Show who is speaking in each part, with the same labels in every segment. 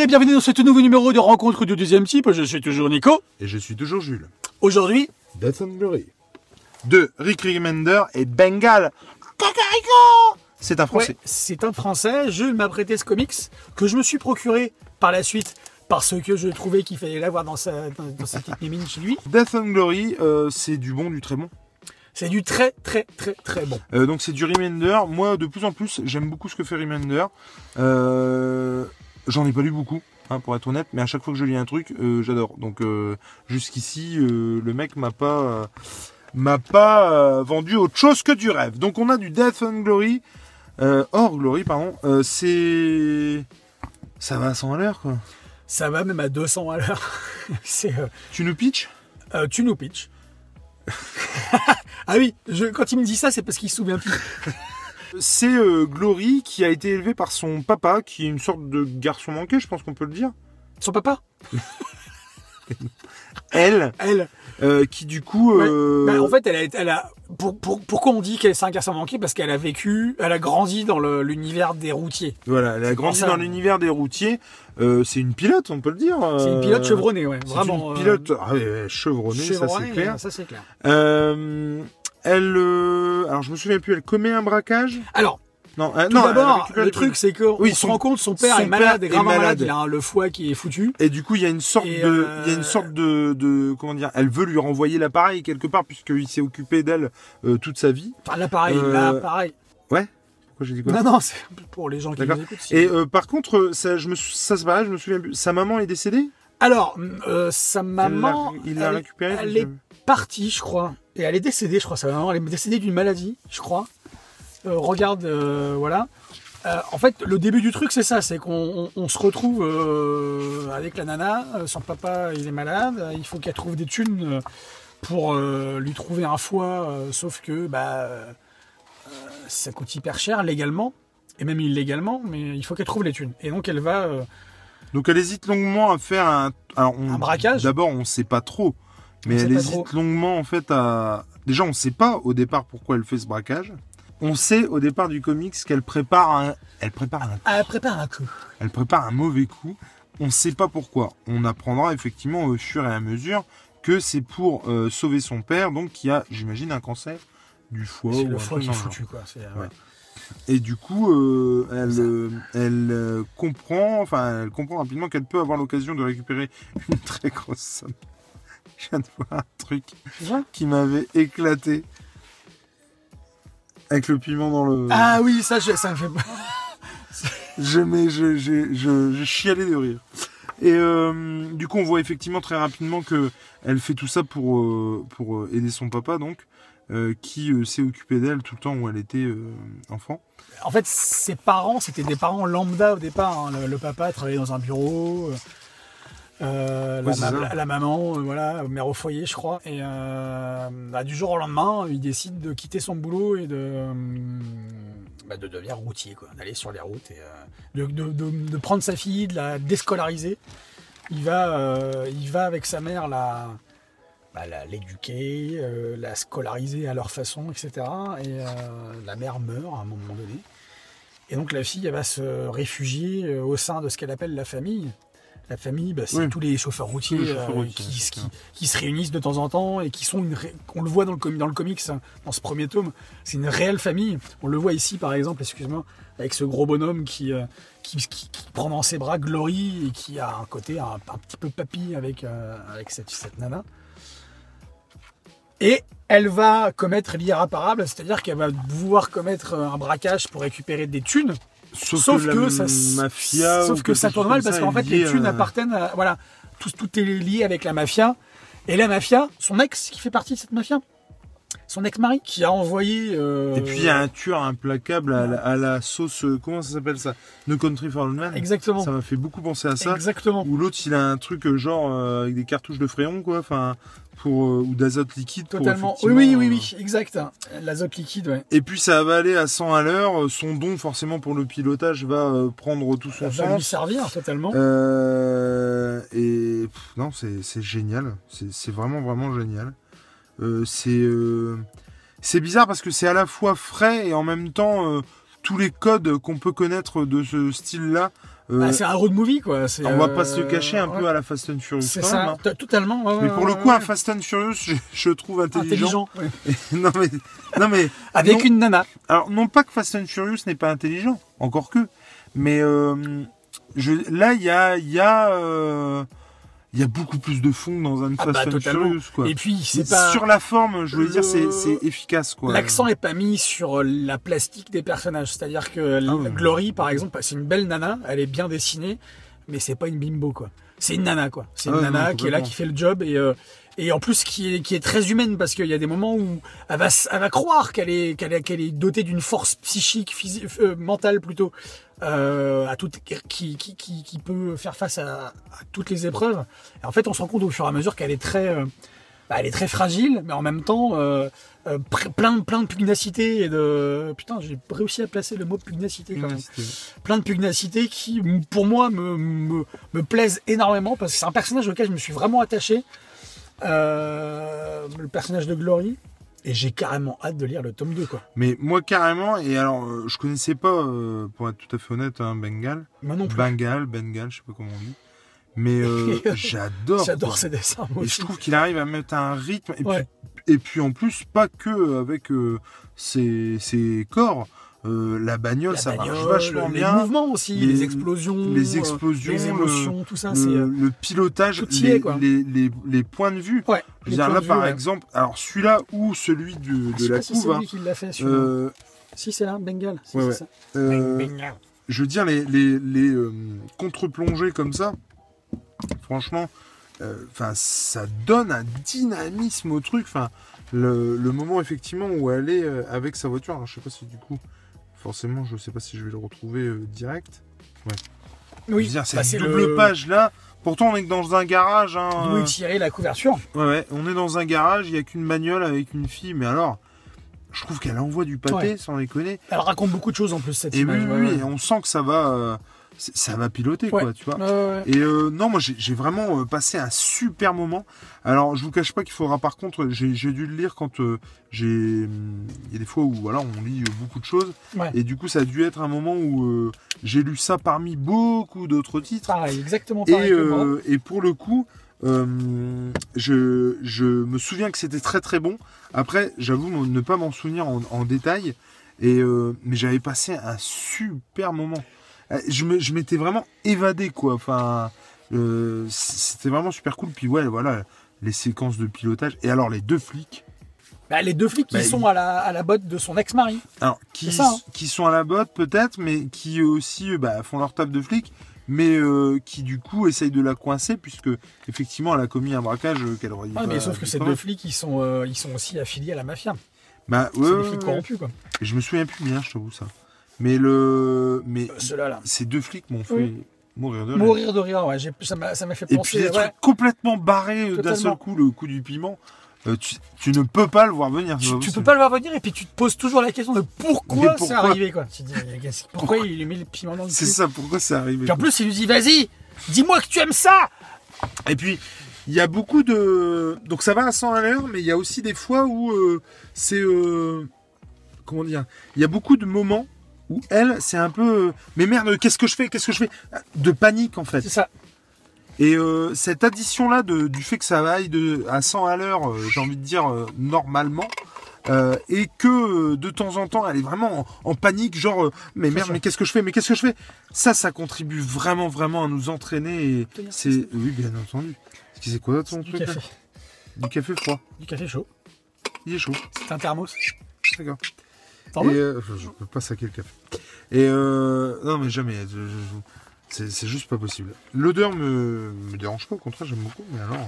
Speaker 1: et bienvenue dans ce tout nouveau numéro de Rencontre du deuxième type. Je suis toujours Nico.
Speaker 2: Et je suis toujours Jules.
Speaker 1: Aujourd'hui,
Speaker 3: Death and Glory.
Speaker 2: De Rick Remender et Bengal. Cacarico C'est un français.
Speaker 1: ouais, c'est un français. Jules m'a prêté ce comics que je me suis procuré par la suite parce que je trouvais qu'il fallait l'avoir dans sa, dans, dans sa petite mimine chez lui.
Speaker 2: Death and Glory, euh, c'est du bon, du très bon.
Speaker 1: C'est du très, très, très, très bon.
Speaker 2: Euh, donc c'est du Remender. Moi, de plus en plus, j'aime beaucoup ce que fait Remender. Euh, J'en ai pas lu beaucoup, hein, pour être honnête, mais à chaque fois que je lis un truc, euh, j'adore. Donc euh, jusqu'ici, euh, le mec m'a pas euh, m'a pas euh, vendu autre chose que du rêve. Donc on a du Death and Glory, euh, Or Glory, pardon. Euh, c'est ça va à 100 à l'heure, quoi.
Speaker 1: Ça va même à 200 à l'heure. c'est, euh,
Speaker 2: Tu nous pitches
Speaker 1: euh, tu nous pitches. ah oui, je- quand il me dit ça, c'est parce qu'il se souvient plus.
Speaker 2: C'est euh, Glory qui a été élevé par son papa, qui est une sorte de garçon manqué, je pense qu'on peut le dire.
Speaker 1: Son papa,
Speaker 2: Elle,
Speaker 1: elle,
Speaker 2: euh, qui du coup...
Speaker 1: Ouais.
Speaker 2: euh,
Speaker 1: Bah, en fait, elle a, été- elle a pour, pour- pourquoi on dit qu'elle c'est un garçon manqué Parce qu'elle a vécu, elle a grandi dans le- l'univers des routiers.
Speaker 2: Voilà, elle a
Speaker 1: C'est
Speaker 2: grandi
Speaker 1: pour ça.
Speaker 2: dans l'univers des routiers. Euh, c'est une pilote, on peut le dire.
Speaker 1: C'est une pilote
Speaker 2: Euh,
Speaker 1: chevronnée, ouais,
Speaker 2: c'est
Speaker 1: vraiment.
Speaker 2: une
Speaker 1: euh,
Speaker 2: pilote ah ouais, ouais, chevronnée, ça
Speaker 1: chevronnée,
Speaker 2: c'est clair.
Speaker 1: euh, ça, c'est clair.
Speaker 2: Euh, elle, euh, alors je me souviens plus, elle commet un braquage
Speaker 1: Alors,
Speaker 2: Non, euh,
Speaker 1: tout
Speaker 2: non, elle
Speaker 1: d'abord,
Speaker 2: récupère
Speaker 1: le truc, c'est qu'on
Speaker 2: Oui,
Speaker 1: se
Speaker 2: son-
Speaker 1: rend compte, son père
Speaker 2: son
Speaker 1: est malade,
Speaker 2: père
Speaker 1: est gravement
Speaker 2: est
Speaker 1: malade.
Speaker 2: malade.
Speaker 1: il a un- le foie qui est foutu.
Speaker 2: Et du coup, il y a une sorte
Speaker 1: Et,
Speaker 2: de,
Speaker 1: euh,
Speaker 2: il y a une sorte de, de, comment dire, elle veut lui renvoyer l'appareil quelque part puisqu'il s'est occupé d'elle euh, toute sa vie.
Speaker 1: Enfin, là, pareil,
Speaker 2: Euh,
Speaker 1: là, pareil.
Speaker 2: Pourquoi j'ai dit quoi
Speaker 1: Non, non, c'est pour les gens qui
Speaker 2: D'accord.
Speaker 1: nous écoutent. si-
Speaker 2: Et euh, par contre, euh, ça, je me, sou- ça se pareil, je me souviens plus. Sa maman est décédée
Speaker 1: Alors, euh, sa
Speaker 2: Elle l'a-
Speaker 1: maman,
Speaker 2: Il l'a
Speaker 1: elle-
Speaker 2: récupérée euh,
Speaker 1: elle
Speaker 2: je-
Speaker 1: est partie, je crois. Et elle est décédée, je crois. Sa maman, elle est décédée d'une maladie, je crois. Euh, regarde, euh, voilà. Euh, en fait, le début du truc, c'est ça, c'est qu'on on- on se retrouve euh, avec la nana, euh, son papa, il est malade, euh, il faut qu'elle trouve des thunes euh, pour euh, lui trouver un foie, euh, sauf que bah, euh, ça coûte hyper cher légalement, et même illégalement, mais il faut qu'elle trouve les thunes. Et donc elle va... euh,
Speaker 2: Donc elle hésite longuement à faire un, alors, on-
Speaker 1: Un braquage
Speaker 2: D'abord, on ne sait pas trop, mais
Speaker 1: On sait
Speaker 2: elle
Speaker 1: pas
Speaker 2: hésite
Speaker 1: trop.
Speaker 2: longuement en fait à. Déjà, on ne sait pas au départ pourquoi elle fait ce braquage. On sait au départ du comics qu'elle prépare un, elle prépare un,
Speaker 1: elle prépare un coup.
Speaker 2: elle prépare un mauvais coup. On ne sait pas pourquoi. On apprendra effectivement au fur et à mesure que c'est pour euh, sauver son père, donc qui a, j'imagine, un cancer du foie.
Speaker 1: c'est
Speaker 2: ou
Speaker 1: le
Speaker 2: un
Speaker 1: foie
Speaker 2: truc
Speaker 1: qui est
Speaker 2: dans le genre.
Speaker 1: foutu, quoi. c'est, euh,
Speaker 2: Ouais. Et du coup, euh, elle, euh, elle euh, comprend, enfin, elle comprend rapidement qu'elle peut avoir l'occasion de récupérer une très grosse somme. Je viens de voir un truc
Speaker 1: Tu vois
Speaker 2: qui m'avait éclaté. Avec le piment dans le.
Speaker 1: Ah oui, ça, je- ça me fait pas.
Speaker 2: Je, mais je, je, je, je chialais de rire. Et euh, du coup, on voit effectivement très rapidement que elle fait tout ça pour, euh, pour euh, aider son papa, donc, euh, qui euh, s'est occupé d'elle tout le temps où elle était euh, enfant.
Speaker 1: En fait, ses parents, c'était des parents lambda au départ. hein. Le, le papa travaillait dans un bureau. euh, euh, la,
Speaker 2: Ouais, c'est
Speaker 1: mam-
Speaker 2: ça.
Speaker 1: la maman, euh, voilà, mère au foyer, je crois. Et euh, bah, du jour au lendemain, il décide de quitter son boulot et de, euh, bah, de devenir routier, quoi, d'aller sur les routes et euh, de, de- de- de prendre sa fille, de la déscolariser. Il va, euh, il va avec sa mère la, bah, la- l'éduquer, euh, la scolariser à leur façon, etc. Et euh, la mère meurt à un moment donné. Et donc la fille, elle va se réfugier euh, au sein de ce qu'elle appelle la famille. La famille, bah, c'est
Speaker 2: Oui.
Speaker 1: tous les chauffeurs routiers,
Speaker 2: les chauffeurs
Speaker 1: euh,
Speaker 2: routiers,
Speaker 1: qui,
Speaker 2: c'est
Speaker 1: qui-
Speaker 2: clair.
Speaker 1: qui se réunissent de temps en temps et qui sont une. ré- On le voit dans le, comi- dans le comics, hein, dans ce premier tome, c'est une réelle famille. On le voit ici, par exemple, excuse-moi, avec ce gros bonhomme qui, euh, qui, qui- qui prend dans ses bras Glory et qui a un côté un, un petit peu papy avec, euh, avec cette, cette nana. Et elle va commettre l'irréparable, c'est-à-dire qu'elle va vouloir commettre euh, un braquage pour récupérer des thunes.
Speaker 2: Sauf,
Speaker 1: Sauf
Speaker 2: la
Speaker 1: que, ça, s-
Speaker 2: mafia ou
Speaker 1: sauf que
Speaker 2: quelque
Speaker 1: ça
Speaker 2: chose
Speaker 1: tourne mal
Speaker 2: comme
Speaker 1: parce
Speaker 2: ça euh,
Speaker 1: qu'en
Speaker 2: est
Speaker 1: fait les
Speaker 2: lié
Speaker 1: thunes
Speaker 2: à-
Speaker 1: appartiennent à voilà tout, tout est lié avec la mafia et la mafia son ex qui fait partie de cette mafia son ex-mari qui a envoyé euh,
Speaker 2: Et puis il y a un tueur implacable à, la- à la sauce, euh, comment ça s'appelle ça No Country for Old Men.
Speaker 1: exactement
Speaker 2: Ça m'a fait beaucoup penser à ça.
Speaker 1: exactement
Speaker 2: Ou l'autre il a un truc euh, genre euh, avec des cartouches de fréon quoi, enfin pour euh, ou d'azote liquide. pour
Speaker 1: totalement oui
Speaker 2: effectivement,
Speaker 1: oui oui oui
Speaker 2: euh,
Speaker 1: exact l'azote liquide ouais.
Speaker 2: Et puis ça va aller à 100 à l'heure. euh, Son don forcément pour le pilotage va euh, prendre tout
Speaker 1: ça
Speaker 2: son
Speaker 1: va lui
Speaker 2: sens.
Speaker 1: servir totalement
Speaker 2: Euh, et pff, non, c'est c'est génial. C'est c'est vraiment, vraiment génial. Euh, c'est euh, c'est bizarre parce que c'est à la fois frais et en même temps euh, tous les codes qu'on peut connaître de ce style-là Euh,
Speaker 1: Bah, c'est un road movie, quoi. c'est,
Speaker 2: on va
Speaker 1: euh,
Speaker 2: pas se cacher un
Speaker 1: ouais.
Speaker 2: peu à la Fast and Furious.
Speaker 1: C'est
Speaker 2: quand même,
Speaker 1: ça,
Speaker 2: hein.
Speaker 1: t- totalement. ouais,
Speaker 2: Mais
Speaker 1: ouais,
Speaker 2: pour le
Speaker 1: ouais,
Speaker 2: coup,
Speaker 1: ouais.
Speaker 2: un Fast and Furious, je, je trouve Ah, intelligent.
Speaker 1: intelligent. ouais.
Speaker 2: non mais, non mais,
Speaker 1: Avec
Speaker 2: non-
Speaker 1: une nana.
Speaker 2: Alors non pas que Fast and Furious n'est pas intelligent, encore que, mais euh, je, là il y a, il y a, euh, il y a beaucoup plus de fond dans un
Speaker 1: Ah
Speaker 2: Fast
Speaker 1: bah,
Speaker 2: and
Speaker 1: totalement.
Speaker 2: Furious quoi.
Speaker 1: Et puis, c'est pas.
Speaker 2: Sur la forme, je veux
Speaker 1: le-
Speaker 2: dire, c'est, c'est efficace quoi.
Speaker 1: L'accent est pas mis sur euh, la plastique des personnages. C'est-à-dire que l-
Speaker 2: Ah ouais.
Speaker 1: Glory, par exemple, c'est une belle nana, elle est bien dessinée, mais c'est pas une bimbo, quoi. C'est une nana, quoi. C'est une
Speaker 2: Ah ouais,
Speaker 1: nana
Speaker 2: non,
Speaker 1: qui est là,
Speaker 2: complètement.
Speaker 1: qui fait le job et, euh, et en plus qui est, qui est très humaine parce qu'il y a des moments où elle va, s- elle va croire qu'elle est, qu'elle est, qu'elle est dotée d'une force psychique, physique, euh, mentale plutôt, euh, à toute, qui, qui, qui, qui peut faire face à, à toutes les épreuves. Et en fait, on se rend compte au fur et à mesure qu'elle est très, euh, bah, elle est très fragile, mais en même temps, euh, euh, pr- plein, plein de pugnacité et de. Putain, j'ai réussi à placer le mot pugnacité quand même. Plein de pugnacité qui, m- pour moi, me, me, me plaisent énormément parce que c'est un personnage auquel je me suis vraiment attaché. Euh, le personnage de Glory. Et j'ai carrément hâte de lire le tome 2, quoi.
Speaker 2: Mais moi carrément, et alors euh, je connaissais pas, euh, pour être tout à fait honnête, hein, Bengal,
Speaker 1: Moi non plus.
Speaker 2: Bengal, Bengal, je sais pas comment on dit, mais euh, j'adore.
Speaker 1: J'adore
Speaker 2: quoi.
Speaker 1: ses dessins. moi
Speaker 2: Et
Speaker 1: aussi.
Speaker 2: je trouve qu'il arrive à mettre un rythme. Et,
Speaker 1: Ouais.
Speaker 2: puis, et puis en plus, pas que avec euh, ses, ses corps. Euh, la bagnole,
Speaker 1: La
Speaker 2: ça marche
Speaker 1: bagnole,
Speaker 2: vachement
Speaker 1: les
Speaker 2: bien.
Speaker 1: mouvements aussi, les,
Speaker 2: les-
Speaker 1: explosions,
Speaker 2: les
Speaker 1: euh,
Speaker 2: explosions,
Speaker 1: les émotions, tout ça, c'est.
Speaker 2: Le,
Speaker 1: euh,
Speaker 2: le pilotage,
Speaker 1: tout y
Speaker 2: les,
Speaker 1: est, quoi.
Speaker 2: les- les- les points de vue.
Speaker 1: Ouais.
Speaker 2: Je
Speaker 1: les
Speaker 2: veux dire,
Speaker 1: points
Speaker 2: là,
Speaker 1: de
Speaker 2: par
Speaker 1: vue, ouais. Ah,
Speaker 2: exemple, alors celui-là ou celui de,
Speaker 1: Je
Speaker 2: de
Speaker 1: sais
Speaker 2: la
Speaker 1: pas si c'est
Speaker 2: couve, hein,
Speaker 1: lui qui l'a fait, celui-là.
Speaker 2: euh,
Speaker 1: Si, c'est là, Bengal. Si,
Speaker 2: ouais,
Speaker 1: c'est
Speaker 2: ouais.
Speaker 1: ça.
Speaker 2: euh,
Speaker 1: Bengal.
Speaker 2: je veux dire, les, les, les, euh, contre-plongées comme ça, franchement, euh, enfin, ça donne un dynamisme au truc. Enfin, le, le moment effectivement où elle est euh, avec sa voiture, alors, je sais pas si du coup, forcément, je sais pas si je vais le retrouver euh, direct.
Speaker 1: Oui,
Speaker 2: je veux dire, cette
Speaker 1: bah, c'est
Speaker 2: double
Speaker 1: le-
Speaker 2: page là. Pourtant, on est que dans un garage. Hein,
Speaker 1: D'où est tirée la couverture
Speaker 2: Ouais, ouais, on est dans un garage, il n'y a qu'une bagnole avec une fille, mais alors, je trouve qu'elle envoie du pâté,
Speaker 1: Ouais.
Speaker 2: sans déconner.
Speaker 1: Elle raconte beaucoup de choses en plus, cette
Speaker 2: Et oui,
Speaker 1: image.
Speaker 2: oui,
Speaker 1: ouais,
Speaker 2: oui,
Speaker 1: ouais.
Speaker 2: et on sent que ça va, euh, c- ça va piloter,
Speaker 1: Ouais.
Speaker 2: quoi, tu vois.
Speaker 1: Ouais, ouais, ouais.
Speaker 2: Et euh, non, moi j'ai j'ai vraiment euh, passé un super moment. Alors, je vous cache pas qu'il faudra, par contre, j'ai j'ai dû le lire quand euh, j'ai. hum, Il y a des fois où voilà, on lit euh, beaucoup de choses,
Speaker 1: Ouais.
Speaker 2: et du coup, ça a dû être un moment où euh, j'ai lu ça parmi beaucoup d'autres titres.
Speaker 1: Pareil, exactement pareil
Speaker 2: Et,
Speaker 1: que moi.
Speaker 2: euh, et pour le coup, euh, je, je me souviens que c'était très très bon. Après, j'avoue mon- ne pas m'en souvenir en, en détail. Et euh, mais j'avais passé un super moment. Euh, Je me- je m'étais vraiment évadé quoi. Enfin, euh, c- c'était vraiment super cool. Puis ouais, voilà les séquences de pilotage. Et alors les deux flics,
Speaker 1: Bah, les deux flics qui
Speaker 2: bah,
Speaker 1: sont
Speaker 2: il-
Speaker 1: à, la, à la botte de son ex-mari.
Speaker 2: alors qui,
Speaker 1: C'est ça, hein.
Speaker 2: qui sont à la botte peut-être, mais qui eux aussi euh, bah, font leur table de flics. Mais euh, qui du coup essayent de la coincer puisque effectivement elle a commis un braquage euh, qu'elle aurait dû
Speaker 1: Ouais, Ah, mais
Speaker 2: pas-
Speaker 1: sauf que
Speaker 2: dû
Speaker 1: ces
Speaker 2: commettre.
Speaker 1: deux flics, ils sont, euh, ils sont aussi affiliés à la mafia.
Speaker 2: Bah, ouais,
Speaker 1: c'est des
Speaker 2: ouais,
Speaker 1: flics
Speaker 2: ouais.
Speaker 1: corrompus, quoi.
Speaker 2: Et je me souviens plus bien, je t'avoue ça. Mais le. Mais
Speaker 1: Euh, Ceux-là, là.
Speaker 2: ces deux flics m'ont fait
Speaker 1: Oui.
Speaker 2: mourir de rire.
Speaker 1: Mourir de rire, ouais. j'ai- Ça m'a ça m'a fait
Speaker 2: Et puis
Speaker 1: penser.
Speaker 2: des
Speaker 1: ouais.
Speaker 2: trucs complètement barrés euh, d'un
Speaker 1: Totalement.
Speaker 2: seul coup, le coup du piment. euh, tu, tu ne peux pas le voir venir. c'est
Speaker 1: Tu, tu
Speaker 2: possible.
Speaker 1: peux pas le voir venir et puis tu te poses toujours la question de pourquoi,
Speaker 2: Mais
Speaker 1: c'est
Speaker 2: pourquoi
Speaker 1: arrivé quoi. Tu te dis, mais qu'est-ce- pourquoi il lui met le piment dans le
Speaker 2: C'est
Speaker 1: cul
Speaker 2: ça, pourquoi c'est arrivé.
Speaker 1: Puis en plus il lui dit vas-y, dis-moi que tu aimes ça
Speaker 2: Et puis, il y a beaucoup de. Donc ça va à 100 à l'heure, mais il y a aussi des fois où euh, c'est. euh, Comment dire Il y a beaucoup de moments où elle, c'est un peu. euh, Mais merde, qu'est-ce que je fais Qu'est-ce que je fais De panique en fait.
Speaker 1: C'est ça.
Speaker 2: Et euh, cette addition-là de- du fait que ça aille de, à 100 à l'heure, euh, j'ai envie de dire euh, normalement, euh, et que euh, de temps en temps elle est vraiment en, en panique, genre euh, mais merde,
Speaker 1: sûr.
Speaker 2: mais qu'est-ce que je fais, mais qu'est-ce que je fais Ça, ça contribue vraiment, vraiment à nous entraîner. Et
Speaker 1: Tenir
Speaker 2: c'est oui, bien entendu. Parce que C'est quoi ton
Speaker 1: Du
Speaker 2: truc là
Speaker 1: café.
Speaker 2: Du café froid.
Speaker 1: Du café chaud.
Speaker 2: Il est chaud.
Speaker 1: C'est un thermos.
Speaker 2: D'accord.
Speaker 1: T'en
Speaker 2: Et
Speaker 1: veux
Speaker 2: euh, je- je peux pas saquer le café. Et euh, non mais jamais. je- je- je- c'est c'est juste pas possible. L'odeur me, me dérange pas, au contraire j'aime beaucoup. Mais alors.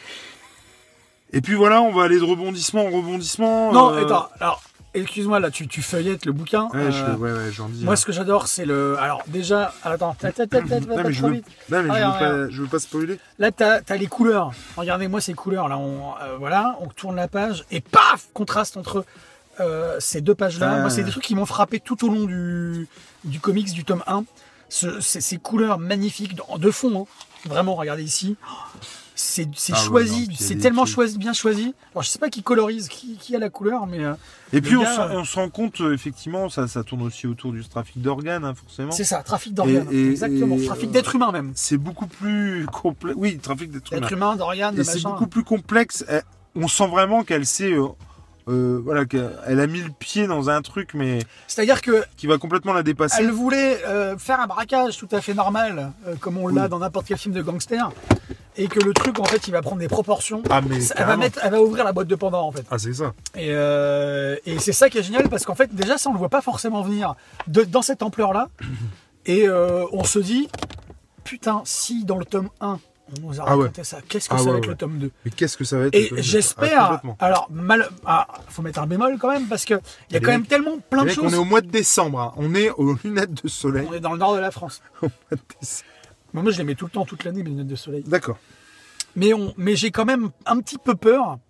Speaker 2: euh. Et puis voilà, on va aller de rebondissement en rebondissement.
Speaker 1: Non,
Speaker 2: euh,
Speaker 1: attends, alors, excuse-moi, là, tu, tu feuillettes le bouquin.
Speaker 2: Ouais,
Speaker 1: euh,
Speaker 2: je- ouais, ouais, j'en dis.
Speaker 1: moi,
Speaker 2: hein.
Speaker 1: ce que j'adore, c'est le. Alors, déjà, attends, ta- ta- ta- ta- ta-
Speaker 2: Non,
Speaker 1: va
Speaker 2: mais
Speaker 1: pas
Speaker 2: je
Speaker 1: trop
Speaker 2: veux-
Speaker 1: vite.
Speaker 2: Non, mais je,
Speaker 1: Regarde,
Speaker 2: veux pas,
Speaker 1: regarde.
Speaker 2: je veux pas spoiler.
Speaker 1: Là, t'as as les couleurs. Regardez-moi ces couleurs. Là, on, euh, voilà, on tourne la page et paf Contraste entre euh, ces deux pages-là.
Speaker 2: Ah.
Speaker 1: Moi, c'est des trucs qui m'ont frappé tout au long du, du comics du tome 1. Ce- ces, ces couleurs magnifiques de, de fond, hein. vraiment, regardez ici. c'est c'est
Speaker 2: Ah ouais,
Speaker 1: choisi,
Speaker 2: non, puis il y a
Speaker 1: c'est
Speaker 2: des
Speaker 1: tellement
Speaker 2: trucs.
Speaker 1: choisi, bien choisi. Alors je sais pas qui colorise, qui, qui a la couleur, mais euh,
Speaker 2: Et puis
Speaker 1: Le
Speaker 2: on,
Speaker 1: gars,
Speaker 2: se, on se rend compte, euh, effectivement, ça, ça tourne aussi autour du trafic d'organes, hein, forcément.
Speaker 1: c'est ça, trafic d'organes,
Speaker 2: Et- et-
Speaker 1: exactement,
Speaker 2: et-
Speaker 1: trafic d'êtres humains même,
Speaker 2: C'est beaucoup plus complexe. Oui, trafic d'êtres humains.
Speaker 1: d'êtres humains, d'organes, de
Speaker 2: euh, Et c'est
Speaker 1: machin.
Speaker 2: beaucoup plus complexe. Elle- on sent vraiment qu'elle s'est. euh, euh, voilà, qu'elle a mis le pied dans un truc, mais
Speaker 1: C'est-à-dire que
Speaker 2: qui va complètement la dépasser.
Speaker 1: Elle voulait euh, faire un braquage tout à fait normal, euh, comme on l'a
Speaker 2: Oui.
Speaker 1: dans n'importe quel film de gangster, et que le truc, en fait, il va prendre des proportions.
Speaker 2: Ah, mais.
Speaker 1: Ça- elle, va
Speaker 2: carrément.
Speaker 1: mettre, elle va ouvrir la boîte de Pandore, en fait.
Speaker 2: Ah, c'est ça.
Speaker 1: Et, euh, et c'est ça qui est génial, parce qu'en fait, déjà, ça, on le voit pas forcément venir de- dans cette ampleur-là. Et euh, on se dit, putain, si dans le tome 1, on nous a
Speaker 2: Ah ouais.
Speaker 1: raconté ça, qu'est-ce que
Speaker 2: Ah
Speaker 1: ça va
Speaker 2: ouais,
Speaker 1: être
Speaker 2: ouais.
Speaker 1: le tome 2
Speaker 2: Mais qu'est-ce que ça va être
Speaker 1: et
Speaker 2: le tome de- Ah,
Speaker 1: j'espère,
Speaker 2: complètement.
Speaker 1: alors mal, ah, faut mettre un bémol quand même parce que il y a
Speaker 2: Les
Speaker 1: quand même
Speaker 2: mecs-
Speaker 1: tellement plein de
Speaker 2: Les mecs, on
Speaker 1: choses.
Speaker 2: est au mois de décembre. hein. On est aux lunettes de soleil.
Speaker 1: on est dans le nord de la France.
Speaker 2: Au mois de décembre.
Speaker 1: Moi, moi, je les mets tout le temps, toute l'année, mes lunettes de soleil.
Speaker 2: D'accord.
Speaker 1: Mais, on, mais j'ai quand même un petit peu peur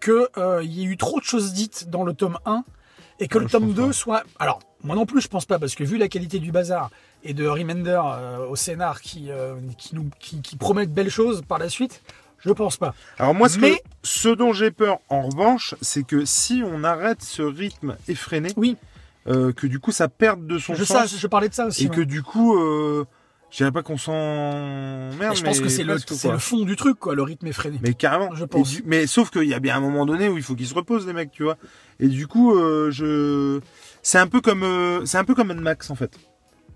Speaker 1: qu'il y ait eu trop de choses dites dans le tome 1 et que
Speaker 2: Ouais,
Speaker 1: le
Speaker 2: Ah, je
Speaker 1: tome
Speaker 2: pense
Speaker 1: 2
Speaker 2: pas.
Speaker 1: soit. Alors, moi non plus, je pense pas, parce que vu la qualité du bazar et de Remender euh, au scénar qui, euh, qui, nous, qui, qui promet de belles choses par la suite, je pense pas.
Speaker 2: Alors moi, ce, que-
Speaker 1: Mais-
Speaker 2: ce dont j'ai peur, en revanche, c'est que si on arrête ce rythme effréné,
Speaker 1: Oui.
Speaker 2: euh, que du coup, ça perde de son
Speaker 1: Je, ça,
Speaker 2: sens,
Speaker 1: je parlais de ça aussi.
Speaker 2: et
Speaker 1: ouais.
Speaker 2: que du coup, euh, je dirais pas qu'on s'en
Speaker 1: Et
Speaker 2: merde,
Speaker 1: je pense que c'est le, c'est le fond du truc, quoi, le rythme effréné.
Speaker 2: mais carrément.
Speaker 1: Je
Speaker 2: Et
Speaker 1: pense.
Speaker 2: du- Mais sauf qu'il y a bien un moment donné où il faut qu'ils se reposent les mecs, tu vois. Et du coup, euh, je, c'est un peu comme, euh, c'est un peu comme Mad Max en fait.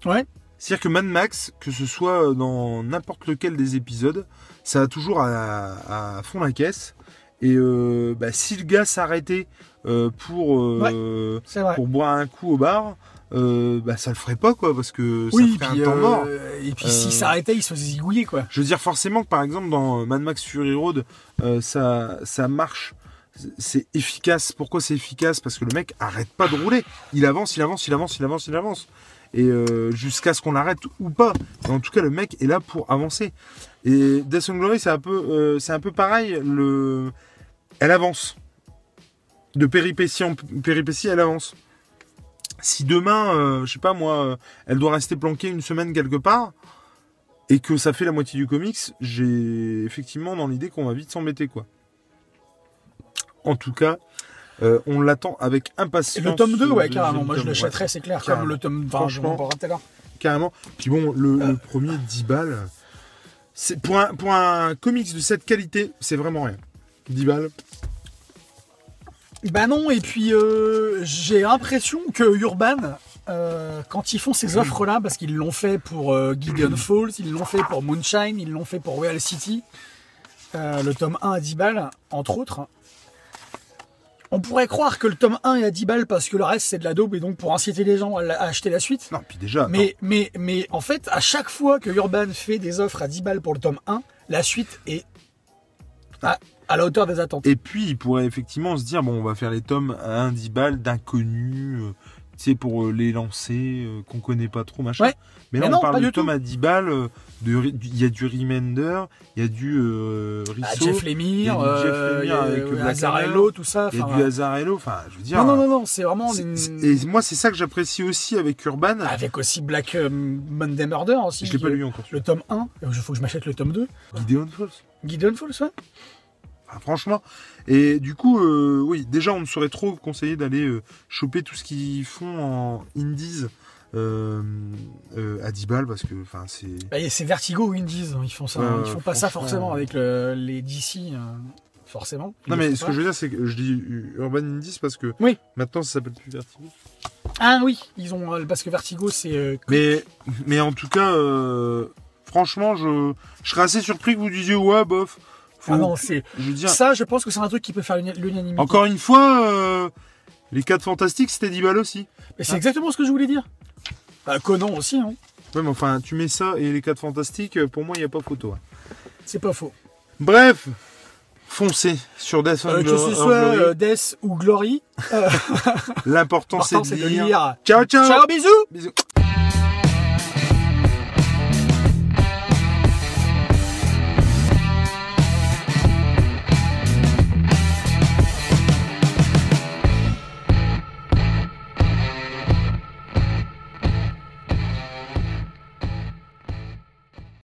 Speaker 1: Ouais.
Speaker 2: C'est-à-dire que Mad Max, que ce soit euh, dans n'importe lequel des épisodes, ça a toujours à, à fond la caisse. Et euh, bah, si le gars s'arrêtait euh, pour, euh,
Speaker 1: C'est vrai.
Speaker 2: pour boire un coup au bar, euh, bah, ça le ferait pas, quoi, parce que
Speaker 1: oui,
Speaker 2: ça ferait
Speaker 1: puis,
Speaker 2: un temps
Speaker 1: euh,
Speaker 2: mort.
Speaker 1: et puis
Speaker 2: Euh,
Speaker 1: s'il s'arrêtait, il se faisait zigouiller, quoi.
Speaker 2: Je veux dire, forcément que par exemple, dans Mad Max Fury Road, euh, ça, ça marche. C'est efficace. Pourquoi c'est efficace Parce que le mec arrête pas de rouler. Il avance, il avance, il avance, il avance, il avance. Et euh, jusqu'à ce qu'on l'arrête ou pas. Mais en tout cas, le mec est là pour avancer. Et Death and Glory, c'est un peu, euh, c'est un peu pareil. Le... Elle avance. De péripétie en p- péripétie, elle avance. Si demain, euh, je sais pas moi, euh, elle doit rester planquée une semaine quelque part, et que ça fait la moitié du comics, j'ai effectivement dans l'idée qu'on va vite s'embêter, quoi. En tout cas, euh, on l'attend avec impatience.
Speaker 1: Le tome 2,
Speaker 2: le
Speaker 1: ouais,
Speaker 2: deuxième
Speaker 1: carrément. Moi, je
Speaker 2: tome,
Speaker 1: l'achèterais, c'est clair,
Speaker 2: Carrément.
Speaker 1: comme le tome 20, je
Speaker 2: Franchement.
Speaker 1: m'en parlerai tout à l'heure.
Speaker 2: ouais, carrément. Puis bon, le,
Speaker 1: Euh.
Speaker 2: le premier 10 balles, c'est pour un, pour un comics de cette qualité, c'est vraiment rien. 10 balles.
Speaker 1: Bah non, et puis euh, j'ai l'impression que Urban, euh, quand ils font ces offres-là, parce qu'ils l'ont fait pour euh, Gideon Falls, ils l'ont fait pour Moonshine, ils l'ont fait pour Royal City, euh, le tome 1 à 10 balles, entre autres, on pourrait croire que le tome 1 est à 10 balles parce que le reste c'est de la daube et donc pour inciter les gens à, la- à acheter la suite.
Speaker 2: Non, puis déjà. attends.
Speaker 1: Mais, mais, mais en fait, à chaque fois que Urban fait des offres à 10 balles pour le tome 1, la suite est à, à la hauteur des attentes.
Speaker 2: Et puis, il pourrait effectivement se dire bon, on va faire les tomes à 1 10 balles d'inconnus, euh, tu sais, pour euh, les lancer, euh, qu'on connaît pas trop, machin.
Speaker 1: Ouais.
Speaker 2: Mais
Speaker 1: Mais
Speaker 2: là, on
Speaker 1: non, pas
Speaker 2: parle
Speaker 1: du
Speaker 2: de tomes
Speaker 1: tout.
Speaker 2: à 10 balles. euh, de ri- du- Il y a du Remender, il y a du euh,
Speaker 1: Ah,
Speaker 2: Risso,
Speaker 1: Jeff
Speaker 2: y a
Speaker 1: Lemire,
Speaker 2: du
Speaker 1: euh,
Speaker 2: Jeff Lemire
Speaker 1: il y a,
Speaker 2: avec
Speaker 1: ouais,
Speaker 2: Black
Speaker 1: Azzarello, tout ça.
Speaker 2: il y a
Speaker 1: enfin,
Speaker 2: du
Speaker 1: ouais.
Speaker 2: Azarello. Enfin, euh. je veux dire.
Speaker 1: non, non, non, non, c'est vraiment.
Speaker 2: c'est-
Speaker 1: une-
Speaker 2: c'est- Et moi, c'est ça que j'apprécie aussi avec Urban.
Speaker 1: Avec aussi Black euh, Monday Murder aussi.
Speaker 2: je l'ai pas
Speaker 1: qui-
Speaker 2: lu encore.
Speaker 1: Le tome 1, il faut que je m'achète le tome 2.
Speaker 2: Gideon Falls.
Speaker 1: Gideon Falls, ouais.
Speaker 2: Enfin, franchement. Et du coup, euh, oui, déjà, on me saurait trop conseiller d'aller euh, choper tout ce qu'ils font en indies euh, euh, à 10 balles parce que, enfin, c'est.
Speaker 1: Bah, et c'est Vertigo ou Indies, hein, ils font ça.
Speaker 2: Ouais,
Speaker 1: ils font pas ça
Speaker 2: Euh, franchement,
Speaker 1: forcément
Speaker 2: ouais.
Speaker 1: avec le- les DC, euh, forcément. Ils
Speaker 2: Non,
Speaker 1: le
Speaker 2: mais
Speaker 1: font
Speaker 2: ce
Speaker 1: pas.
Speaker 2: que je veux dire, c'est que je dis Urban Indies parce que
Speaker 1: Oui.
Speaker 2: maintenant, ça s'appelle plus Vertigo.
Speaker 1: Ah oui, ils ont. euh, parce que Vertigo, c'est. euh,
Speaker 2: Mais, mais en tout cas, euh, franchement, je, je serais assez surpris que vous disiez, ouais, bof. Faut-
Speaker 1: ah non, c'est.
Speaker 2: je veux dire,
Speaker 1: Ça, je pense que c'est un truc qui peut faire l'uni- l'unanimité.
Speaker 2: encore une fois, euh, les 4 fantastiques, c'était 10 balles aussi.
Speaker 1: Mais c'est exactement ce que je voulais dire. Bah, Conan aussi, hein.
Speaker 2: Ouais, mais enfin, tu mets ça et les 4 fantastiques, pour moi, il n'y a pas photo. hein.
Speaker 1: c'est pas faux.
Speaker 2: Bref, foncez sur Death and
Speaker 1: Euh, que ce
Speaker 2: Glo-
Speaker 1: soit
Speaker 2: and Glory.
Speaker 1: euh, Death ou Glory,
Speaker 2: l'important c'est
Speaker 1: l'important
Speaker 2: de
Speaker 1: c'est de
Speaker 2: lire.
Speaker 1: lire.
Speaker 2: Ciao, ciao.
Speaker 1: Ciao, bisous
Speaker 2: Bisous.